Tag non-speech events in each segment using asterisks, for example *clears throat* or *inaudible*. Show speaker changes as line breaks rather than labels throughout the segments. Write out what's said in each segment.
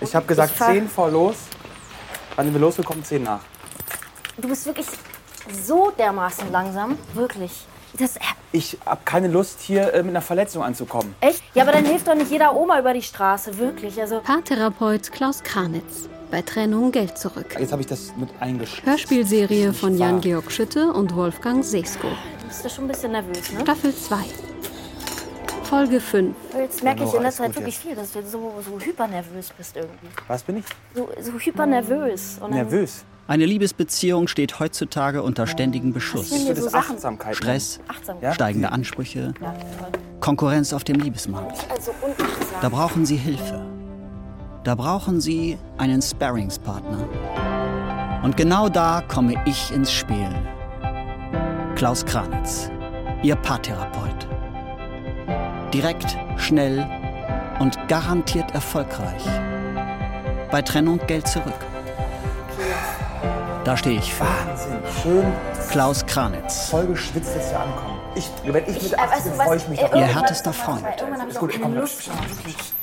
Ich habe gesagt,
Ich fahr-
10 vor los. Wann sind wir losgekommen? 10 nach.
Du bist wirklich so dermaßen langsam. Wirklich. Das, äh,
Ich habe keine Lust, hier äh, mit einer Verletzung anzukommen.
echt? Ja, aber dann hilft doch nicht jeder Oma über die Straße. Wirklich. Also,
Paartherapeut Klaus Kranitz. Bei Trennung Geld zurück.
Jetzt habe ich das mit eingeschlossen.
Hörspielserie von
wahr.
Jan-Georg Schütte und Wolfgang Sesko.
du bist ja schon ein bisschen nervös, ne?
Staffel 2. Folge 5.
Jetzt merke
Nora,
ich in der
alles
Zeit
gut
wirklich viel, dass du jetzt so, so hypernervös bist irgendwie.
Was bin ich?
So, so hypernervös. Und dann
Nervös.
Eine Liebesbeziehung steht heutzutage unter ständigem Beschuss.
Hier
Für
so
das
Sachen.
Achtsamkeit.
Stress,
achtsam.
Ja?
steigende Ansprüche, Konkurrenz auf dem Liebesmarkt.
Also unachtsam.
Da brauchen Sie Hilfe. Da brauchen Sie einen Sparringspartner. Und genau da komme ich ins Spiel. Klaus Kranitz, Ihr Paartherapeut. Direkt, schnell und garantiert erfolgreich. Bei Trennung Geld zurück. Da stehe ich für.
Wahnsinn. Schön
Klaus Kranitz.
voll geschwitzt, dass wir ankommen. Ich, wenn ich mit
Aber
18
äh, weißt du was?
freue ich mich
Ey,
auf jeden
Ihr
irgendwann-
härtester Freund.
Irgendwann habe ich auch keine Lust mehr.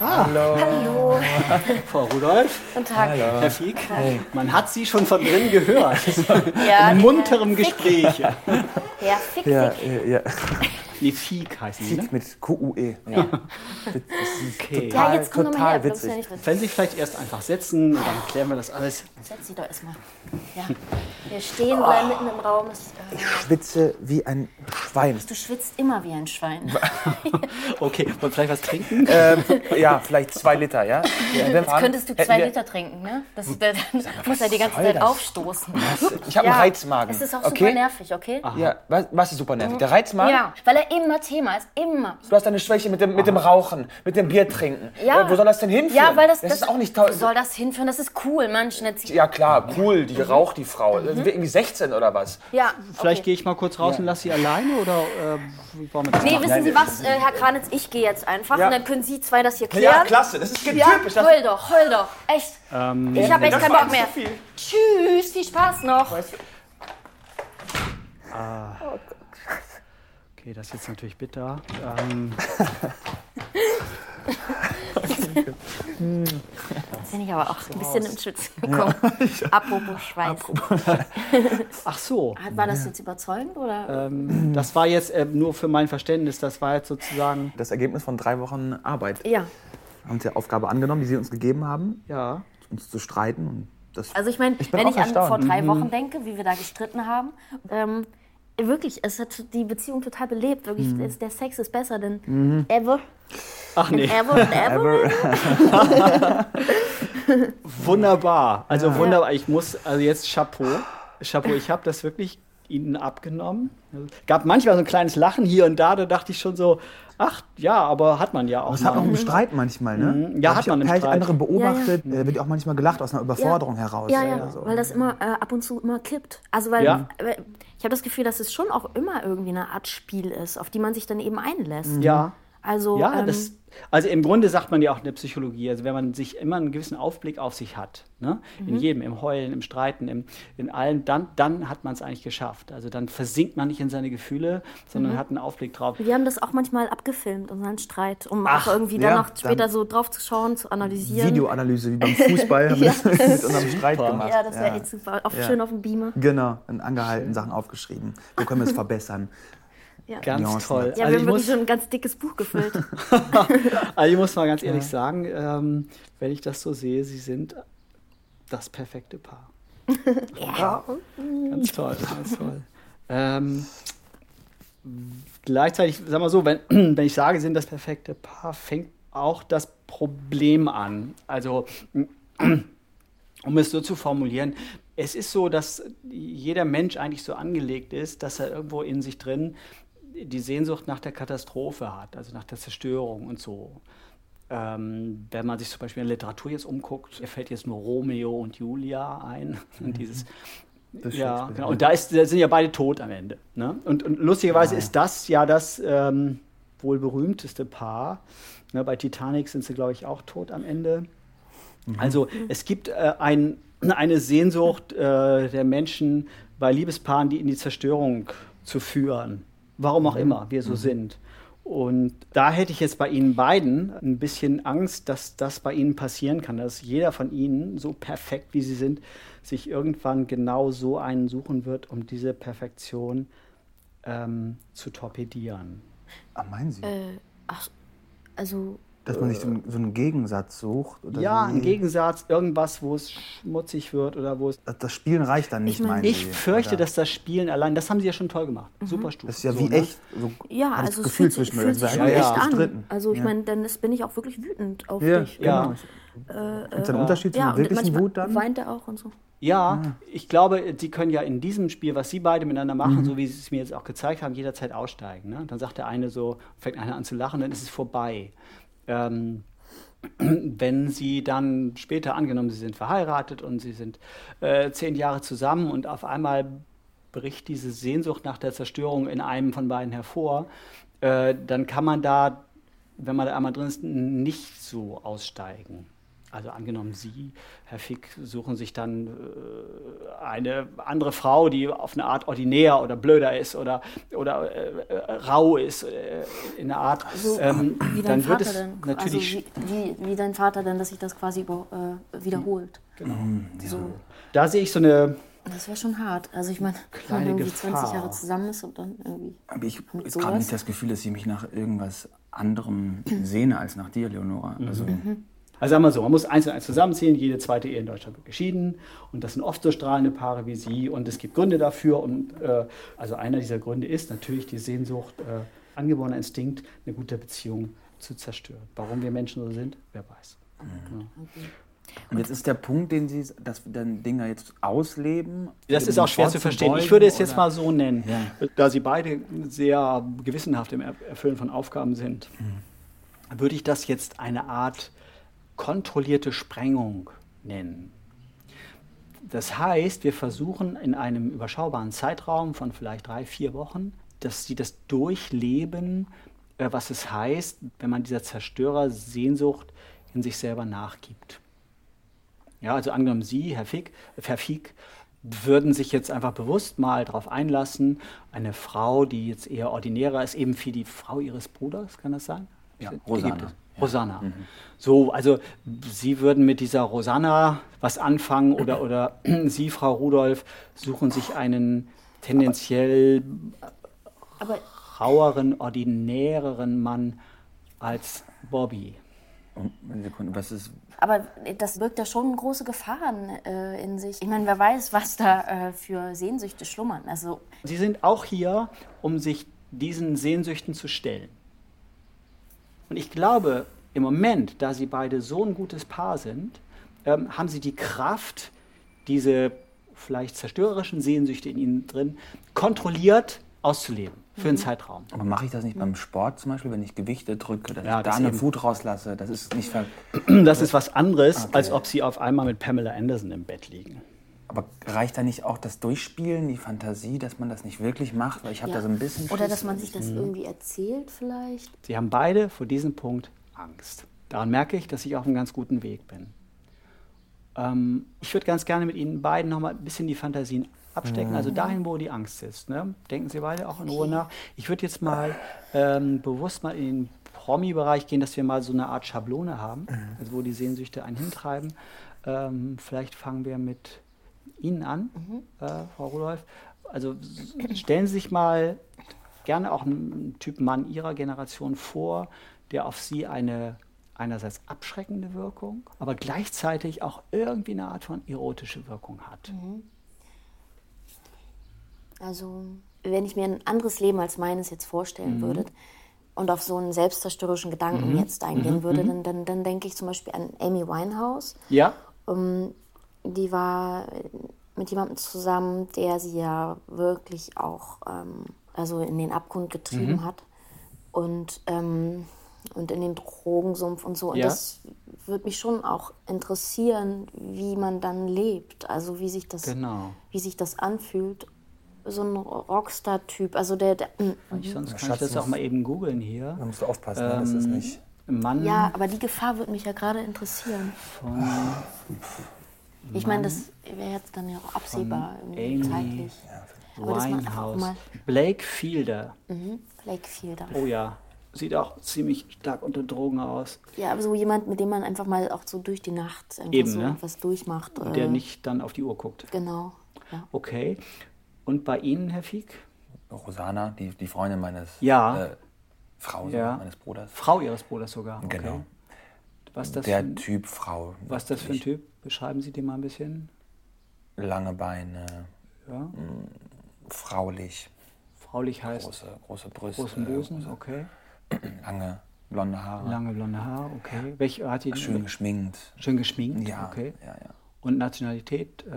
Hallo.
Frau Rudolph,
Guten Tag.
Herr Fieck, man hat Sie schon von drin gehört.
*laughs* Ja,
In munterem Gespräch.
Ja, fick
Ja, äh,
dich.
ja, ja.
Nee, Fieck heißen Sie, ne?
Mit QUE. Ja. Das ist
Okay.
Ja,
total,
jetzt komm nochmal
total
her. Du glaubst ja
witzig.
nicht, was-
Wenn Sie vielleicht erst einfach setzen, dann klären wir das alles.
Setz dich doch erstmal. Ja. Wir stehen bleiben mitten im Raum. Es, äh,
Ich schwitze wie ein Schwein.
du schwitzt immer wie ein Schwein.
*laughs*
Okay, wollen wir vielleicht was
Äh,
trinken?
Ähm, Ja, vielleicht zwei Liter, ja? Äh, Jetzt
Könntest du zwei Liter trinken, ne?
Hm.
Das, da, dann muss er die ganze
soll
Zeit
das?
aufstoßen.
Ich habe
Ja.
einen Reizmagen.
Es ist auch
okay?
super nervig, okay?
Ja, was, was ist super nervig? Der Reizmagen?
Mhm. Ja, weil er immer Thema ist, immer.
Du hast eine Schwäche mit dem, mit dem Rauchen, mit dem Bier trinken.
Ja.
Äh, Wo soll das denn hinführen?
Ja, weil das,
das, ist auch nicht toll.
Wo soll das hinführen? Das ist cool, Mann. Schnell zieh-
Ja klar, cool, die raucht die Frau. Sind wir irgendwie 16 oder was?
Mhm. Ja,
Vielleicht
okay.
gehe ich mal kurz raus und lasse Sie alleine oder äh, wie wollen wir das
Nee,
machen?
wissen Sie was, äh, Herr Kranitz, ich gehe jetzt einfach
Ja.
und dann können Sie zwei das hier klären.
Ja, klasse, das ist
Ja,
typisch. Das,
heul doch, heul doch. Echt. ich habe echt keinen Bock mehr. Tschüss, viel Spaß noch.
Okay, das ist jetzt natürlich bitter. Ähm,
Jetzt bin ich aber auch ein bisschen im Schwitzen gekommen.
*laughs*
Apropos Schweiß.
ach so,
Hat War das jetzt überzeugend oder?
ähm, das war jetzt äh, nur für mein Verständnis, das war jetzt sozusagen,
das Ergebnis von drei Wochen Arbeit. Wir
Ja.
haben uns der Aufgabe angenommen, die sie uns gegeben haben,
ja.
uns zu streiten. Und das
Also ich meine,
Ich bin
wenn
auch
ich an
erstaunt.
vor drei Wochen denke, wie wir da gestritten haben, ähm, wirklich, es hat die Beziehung total belebt. Wirklich, es- der Sex ist besser denn ever,
Ach nee,
ever, and ever.
wunderbar. Also wunderbar, ich muss, also jetzt Chapeau. Chapeau, ich habe das wirklich Ihnen abgenommen. Also, gab manchmal so ein kleines Lachen hier und da, da dachte ich schon so, ach ja, aber hat man ja auch.
Das hat
mal.
man im Streit manchmal, ne?
Mhm. Ja,
Hab
hat
ich
man
auch
im
teils
Streit.
andere beobachtet, äh, wird ja auch manchmal gelacht aus einer Überforderung heraus. Also
Ja,
oder
ja,
so.
weil das immer äh, ab und zu immer kippt. Also weil
Ja.
weil ich habe das Gefühl, dass es schon auch immer irgendwie eine Art Spiel ist, auf die man sich dann eben einlässt.
Mhm. Ja.
Mhm.
Also
Ja,
ähm,
das, also im Grunde sagt man ja auch in der Psychologie, also wenn man sich immer einen gewissen Aufblick auf sich hat, ne?
Mhm.
in jedem, im Heulen, im Streiten, im, in allem, dann, dann hat man es eigentlich geschafft. Also dann versinkt man nicht in seine Gefühle, sondern
Mhm.
hat einen Aufblick drauf.
wir haben das auch manchmal abgefilmt, unseren Streit, um
Ach,
auch irgendwie
ja,
danach
dann-
später so drauf zu schauen, zu analysieren.
Videoanalyse wie beim
*laughs*
Fußball haben wir das *laughs* mit unserem Streit gemacht.
Ja, das wäre echt super. Auf, Schön auf dem Beamer.
Genau, in angehalten Sachen aufgeschrieben. Wo können
*laughs*
wir es verbessern?
Ganz
Nuancen.
toll.
Ja,
also,
wir haben
ich
wirklich
muss,
so ein ganz dickes Buch gefüllt.
*laughs* also ich muss mal ganz ehrlich sagen, ähm, wenn ich das so sehe, Sie sind das perfekte Paar. ja. Ganz toll, ganz toll. Ähm, gleichzeitig, sag mal so, wenn, *clears throat* wenn ich sage, sind das perfekte Paar, fängt auch das Problem an. Also, um es so zu formulieren, es ist so, dass jeder Mensch eigentlich so angelegt ist, dass er irgendwo in sich drin die Sehnsucht nach der Katastrophe hat, also nach der Zerstörung und so. Ähm, wenn man sich zum Beispiel in der Literatur jetzt umguckt, mir fällt jetzt nur Romeo und Julia ein. *laughs* Und dieses ja,
Shakespeare.
genau. Und da, ist, da sind Mhm. ja beide tot am Ende. Ne? Und, und lustigerweise ist das ja das ähm, wohl berühmteste Paar. Ne, bei Titanic sind sie, glaube ich, auch tot am Ende. Also es gibt äh, ein, eine Sehnsucht äh, der Menschen bei Liebespaaren, die in die Zerstörung zu führen. Warum auch immer wir so sind. Und da hätte ich jetzt bei Ihnen beiden ein bisschen Angst, dass das bei Ihnen passieren kann, dass jeder von Ihnen, so perfekt wie Sie sind, sich irgendwann genau so einen suchen wird, um diese Perfektion ähm, zu torpedieren.
Ah, meinen Sie,
Äh, Ach, also,
dass man sich so, einen- so einen Gegensatz sucht? Oder
Ja,
wie?
im Gegensatz irgendwas, wo es schmutzig wird oder wo es.
Das, das Spielen reicht dann nicht,
Ich mein-
meinen
Ich
Sie?
fürchte,
oder?
dass das Spielen allein, das haben Sie ja schon toll gemacht. Super Stufe.
Das ist ja
So,
wie
ne?
echt. So
ja,
hat das
also es
Gefühl
fühlt, sich-
zwischen
fühlt sich
uns.
schon
Ja, ja.
echt an.
gestritten.
Also ich
Ja.
meine, dann ist, bin ich auch wirklich wütend auf
Ja,
dich.
Ja.
genau. Gibt es einen Unterschied
Ja,
zwischen
und
wirklichen
manchmal
Wut dann?
weint er auch und so.
Ja,
Ah.
ich glaube, die können ja in diesem Spiel, was sie beide miteinander machen,
Mhm.
so wie sie es mir jetzt auch gezeigt haben, jederzeit aussteigen. Ne? Dann sagt der eine so, fängt einer an zu lachen, dann ist es vorbei. Ähm, wenn sie dann später angenommen, sie sind verheiratet und sie sind äh, zehn Jahre zusammen und auf einmal bricht diese Sehnsucht nach der Zerstörung in einem von beiden hervor, äh, dann kann man da, wenn man da einmal drin ist, n- nicht so aussteigen. Also angenommen, Sie, Herr Fick, suchen sich dann äh, eine andere Frau, die auf eine Art ordinär oder blöder ist oder, oder äh, äh, rau ist, äh, in einer Art. ähm,
Also Wie dein
dann
Vater
wird es
denn,
natürlich
also wie, wie, wie dein Vater denn, dass sich das quasi über, äh, wiederholt. So,
Da sehe ich so eine.
das wäre schon hart. Also ich meine, wenn man
Kleine
irgendwie
Gefahr.
20 Jahre zusammen ist und dann irgendwie.
Aber ich habe
Mit
gerade
sowas?
nicht das Gefühl, dass ich mich nach irgendwas
*clears throat*
anderem sehne als nach dir, Leonora. Also,
Mhm.
Also sagen wir so, man muss eins und eins zusammenziehen. Jede zweite Ehe in Deutschland wird geschieden. Und das sind oft so strahlende Paare wie Sie. Und es gibt Gründe dafür. Und äh, also einer dieser Gründe ist natürlich die Sehnsucht, äh, angeborener Instinkt, eine gute Beziehung zu zerstören. Warum wir Menschen so sind, wer weiß.
Und jetzt ist der Punkt, den Sie, dass wir dann Dinger jetzt ausleben.
Das
eben
ist auch schwer zu verstehen. Ich
vorzubeugen
würde es jetzt
oder-
mal so nennen,
Ja.
da Sie beide sehr gewissenhaft im Er- Erfüllen von Aufgaben sind,
Mhm.
würde ich das jetzt eine Art kontrollierte Sprengung nennen. Das heißt, wir versuchen in einem überschaubaren Zeitraum von vielleicht drei, vier Wochen, dass sie das durchleben, äh, was es heißt, wenn man dieser Zerstörersehnsucht in sich selber nachgibt. Ja, also angenommen Sie, Herr Fick, äh, Herr Fick, würden sich jetzt einfach bewusst mal darauf einlassen, eine Frau, die jetzt eher ordinärer ist, eben wie die Frau ihres Bruders, kann das sein?
Ja, Mhm.
Die gibt
Rosanna.
es. Rosanna. So, also Sie würden mit dieser Rosanna was anfangen oder, oder *clears throat* Sie, Frau Rudolph, suchen sich einen tendenziell
Aber
raueren, ordinäreren Mann als Bobby.
Oh, eine Sekunde, was ist.
Aber das birgt ja schon große Gefahren äh, in sich. Ich meine, wer weiß, was da äh, für Sehnsüchte schlummern. Also,
Sie sind auch hier, um sich diesen Sehnsüchten zu stellen. Und ich glaube, im Moment, da Sie beide so ein gutes Paar sind, ähm, haben Sie die Kraft, diese vielleicht zerstörerischen Sehnsüchte in Ihnen drin kontrolliert auszuleben für einen Zeitraum.
Aber mache ich das nicht beim Sport zum Beispiel, wenn ich Gewichte drücke, dass
Ja,
ich da
das
eine
eben.
Wut rauslasse? Das ist nicht. Ver
Das ist was anderes, als ob Sie auf einmal mit Pamela Anderson im Bett liegen.
Aber reicht da nicht auch das Durchspielen, die Fantasie, dass man das nicht wirklich macht? Weil ich habe
ja.
da so ein bisschen.
Oder
Schiss.
dass man sich das
Mhm.
irgendwie erzählt, vielleicht.
Sie haben beide vor diesem Punkt Angst. Daran merke ich, dass ich auf einem ganz guten Weg bin. Ähm, ich würde ganz gerne mit Ihnen beiden nochmal ein bisschen die Fantasien abstecken, also dahin, wo die Angst ist. Ne? Denken Sie beide auch in Ruhe nach. Ich würde jetzt mal ähm, bewusst mal in den Promi-Bereich gehen, dass wir mal so eine Art Schablone haben, also wo die Sehnsüchte einen hintreiben. Ähm, vielleicht fangen wir mit Ihnen an,
Mhm.
äh, Frau Rudolph. Also s- stellen Sie sich mal gerne auch einen Typ Mann Ihrer Generation vor, der auf Sie eine einerseits abschreckende Wirkung, aber gleichzeitig auch irgendwie eine Art von erotische Wirkung hat.
Mhm. Also, wenn ich mir ein anderes Leben als meines jetzt vorstellen würde und auf so einen selbstzerstörerischen Gedanken jetzt eingehen würde, dann, dann, dann denke ich zum Beispiel an Amy Winehouse.
Ja?
Ähm, die war mit jemandem zusammen, der sie ja wirklich auch ähm, also in den Abgrund getrieben
Mhm.
hat und, ähm, und in den Drogensumpf und so. Und
Ja.
das würde mich schon auch interessieren, wie man dann lebt, also wie sich das,
Genau.
wie sich das anfühlt. So ein Rockstar-Typ, also der, der
Ich, sonst kann ich
Schatz,
das auch mal eben googeln hier.
Da musst du aufpassen, ne, dass das
Ähm.
nicht.
Mann
ja, aber die Gefahr würde mich ja gerade interessieren.
Mhm. von
Ich meine, das wäre jetzt dann ja auch absehbar irgendwie
Amy.
zeitlich. Aber dass man einfach auch
Winehouse.
mal-
Blake Fielder.
Mhm. Lakefielder.
Oh ja. sieht auch ziemlich stark unter Drogen aus,
Ja, aber so jemand, mit dem man einfach mal auch so durch die Nacht einfach
Eben,
so
ne?
was durchmacht. äh,
der nicht dann auf die Uhr guckt.
Genau. Ja.
Okay. Und bei Ihnen, Herr Fieck?
Rosana, die, die Freundin meines
Ja.
äh, Frau,
Ja.
meines Bruders.
Frau Ihres Bruders sogar. Okay.
Genau.
Was das, für,
Der
ein-
Typ Frau.
was das für ein Typ? Beschreiben Sie den mal ein bisschen.
Lange Beine, hm,
Ja.
fraulich,
Fraulich heißt
große, große Brüste,
großen Busen, okay.
lange blonde Haare,
Lange blonde Haare, okay. Welche hat die
schön geschminkt.
schön geschminkt?
Ja,
okay.
ja, ja.
Und Nationalität? Äh,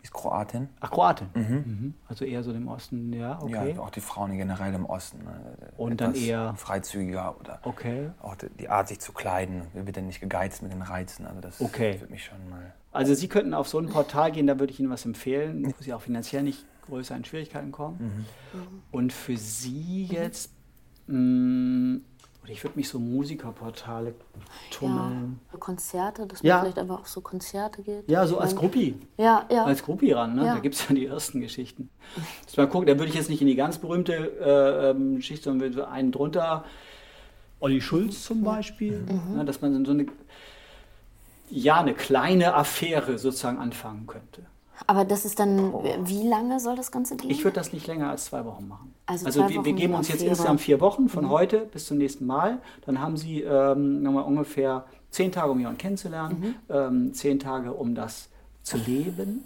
Die ist Kroatin.
ach, Kroatin. Mhm. Also eher so dem Osten, ja, okay.
Ja, auch die Frauen generell im Osten. ne,
Und dann
etwas
eher-
freizügiger oder
Okay.
auch die- die Art, sich zu kleiden. Wer wird denn nicht gegeizt mit den Reizen? Also das
Okay.
wird mich schon mal.
Also Sie könnten auf so ein Portal gehen, da würde ich Ihnen was empfehlen, wo Sie auch finanziell nicht größer in Schwierigkeiten kommen. Und für Sie jetzt, mh, oder ich würde mich so Musikerportale tummeln.
ja. Konzerte, dass man
Ja.
vielleicht einfach auf so Konzerte geht.
Ja, so als
Ich mein,
Gruppi.
Ja, ja.
Als Gruppi ran, ne?
Ja.
Da gibt es ja die ersten Geschichten. Muss mal gucken, da würde ich jetzt nicht in die ganz berühmte äh, ähm, Schicht, sondern würde so einen drunter. Olli Schulz zum Beispiel.
Mhm.
Ne? Dass man so eine, ja, eine kleine Affäre sozusagen anfangen könnte.
Aber das ist dann, wie lange soll das Ganze gehen?
Ich würde das nicht länger als zwei Wochen machen.
Also
Also,
zwei
wir, wir
Wochen Mhm.
geben uns jetzt
Affäre.
insgesamt vier Wochen von heute bis zum nächsten Mal. Dann haben Sie ähm, nochmal ungefähr zehn Tage, um jemanden kennenzulernen,
Mhm.
ähm, zehn Tage, um das zu leben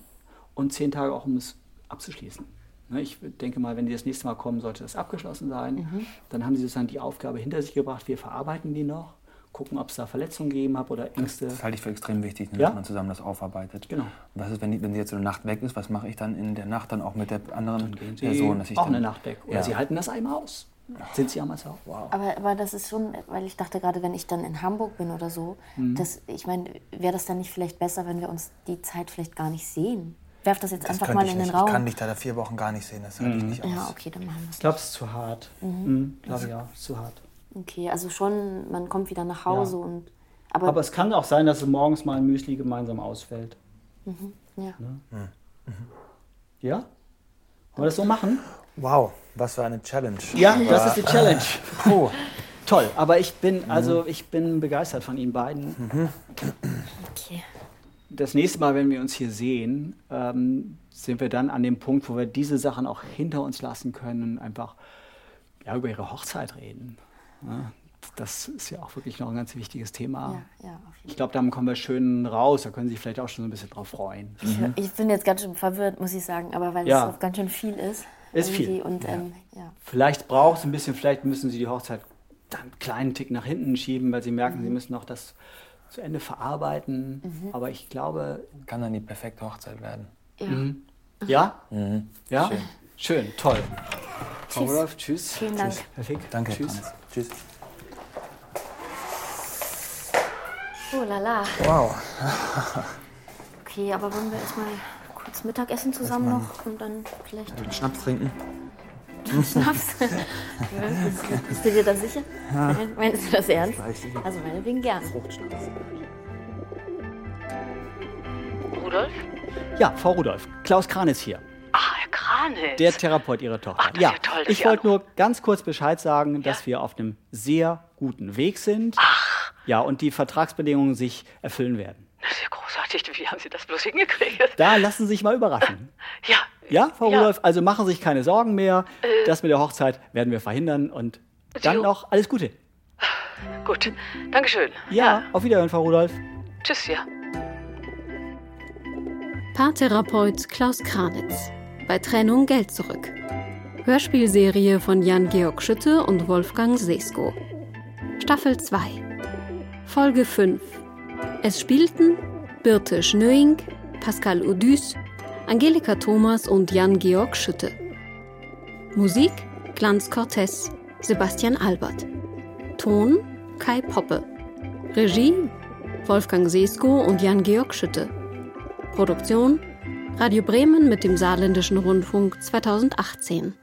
und zehn Tage auch, um es abzuschließen. Ne, Ich denke mal, wenn die das nächste Mal kommen, sollte das abgeschlossen sein.
Mhm.
Dann haben sie sozusagen die Aufgabe hinter sich gebracht. Wir verarbeiten die noch, gucken, ob es da Verletzungen gegeben hat oder Ängste.
Das halte ich für extrem wichtig, ne,
Ja?
dass man zusammen das aufarbeitet.
Genau.
Was ist, wenn, die, wenn sie jetzt so eine Nacht weg ist? Was mache ich dann in der Nacht dann auch mit der anderen
Gehen sie
Person? Dass ich
auch
dann,
eine Nacht weg. Oder
Ja.
sie halten das einmal aus. Sind sie einmal auch. Wow.
aber, aber das ist schon, weil ich dachte gerade, wenn ich dann in Hamburg bin oder so, das, ich meine, wäre das dann nicht vielleicht besser, wenn wir uns die Zeit vielleicht gar nicht sehen? Werf das jetzt
Das
einfach
könnte
mal
ich
in
nicht.
den Raum.
Ich kann dich da, da vier Wochen gar nicht sehen. Das halte
Mhm.
ich nicht aus.
ja, okay, dann machen wir
Ich glaube, es ist zu hart. Mhm. Glaube ich auch, ist zu hart.
es. Okay, also schon, man kommt wieder nach Hause
Ja.
und. Aber,
Aber es kann auch sein, dass es morgens mal ein Müsli gemeinsam ausfällt.
ja.
Ja? Wollen wir das so machen?
Wow, was für eine Challenge.
Ja, das ist die Challenge.
Puh.
*laughs* Toll, aber ich bin, also ich bin begeistert von Ihnen beiden.
okay.
Das nächste Mal, wenn wir uns hier sehen, ähm, sind wir dann an dem Punkt, wo wir diese Sachen auch hinter uns lassen können und einfach ja, über Ihre Hochzeit reden. Ja, das ist ja auch wirklich noch ein ganz wichtiges Thema.
Ja, ja, auf jeden
Ich glaube, damit kommen wir schön raus. Da können Sie sich vielleicht auch schon so ein bisschen drauf freuen.
Fall. Ich bin jetzt ganz schön verwirrt, muss ich sagen, aber weil
Ja.
es auch ganz schön viel ist.
Ist viel.
irgendwie Und ähm, ja.
Vielleicht braucht es ein bisschen, vielleicht müssen sie die Hochzeit dann einen kleinen Tick nach hinten schieben, weil sie merken,
Mhm.
sie müssen noch das zu Ende verarbeiten. Aber ich glaube,
Kann dann die perfekte Hochzeit werden.
ja?
Mhm.
Ja? Schön, toll. Frau Rudolph, tschüss.
Vielen Dank.
Perfekt.
Danke.
Tschüss.
Thomas. Tschüss.
Oh la la.
Wow.
Okay, aber wollen wir erstmal kurz Mittagessen zusammen noch und dann vielleicht
Schnaps trinken.
Schnaps? Ja, bist du- Bist du dir da sicher? Nein, Meinst du das ernst? Also meinetwegen gern.
Rudolf?
Ja, Frau Rudolph, Klaus Kran ist hier.
Ah, Herr Kranitz.
Der Therapeut Ihrer Tochter.
Ach, das ist ja toll, dass
ich
Sie
wollte nur ganz kurz Bescheid sagen, dass wir auf einem sehr guten Weg sind. Ach. Ja, und die Vertragsbedingungen sich erfüllen werden.
das ist ja großartig. Wie haben Sie das bloß hingekriegt?
Da lassen Sie sich mal überraschen.
Ja.
Ja, Frau
Ja. Äh.
Rudolph, also machen Sie sich keine Sorgen mehr. das mit der Hochzeit werden wir verhindern und dann
Sie-
noch alles Gute.
Gut. Dankeschön.
Ja, auf Wiederhören, Frau Rudolph.
Tschüss, ja.
Paartherapeut Klaus Kranitz. Bei Trennung Geld zurück. Hörspielserie von Jan-Georg Schütte und Wolfgang Sesko. Staffel 2. Folge 5. Es spielten Birte Schnöing, Pascal Odüs, Angelika Thomas und Jan-Georg Schütte. Musik Glanz Cortez, Sebastian Albert. Ton Kai Poppe. Regie Wolfgang Sesko und Jan-Georg Schütte. Produktion Radio Bremen mit dem Saarländischen Rundfunk 2018.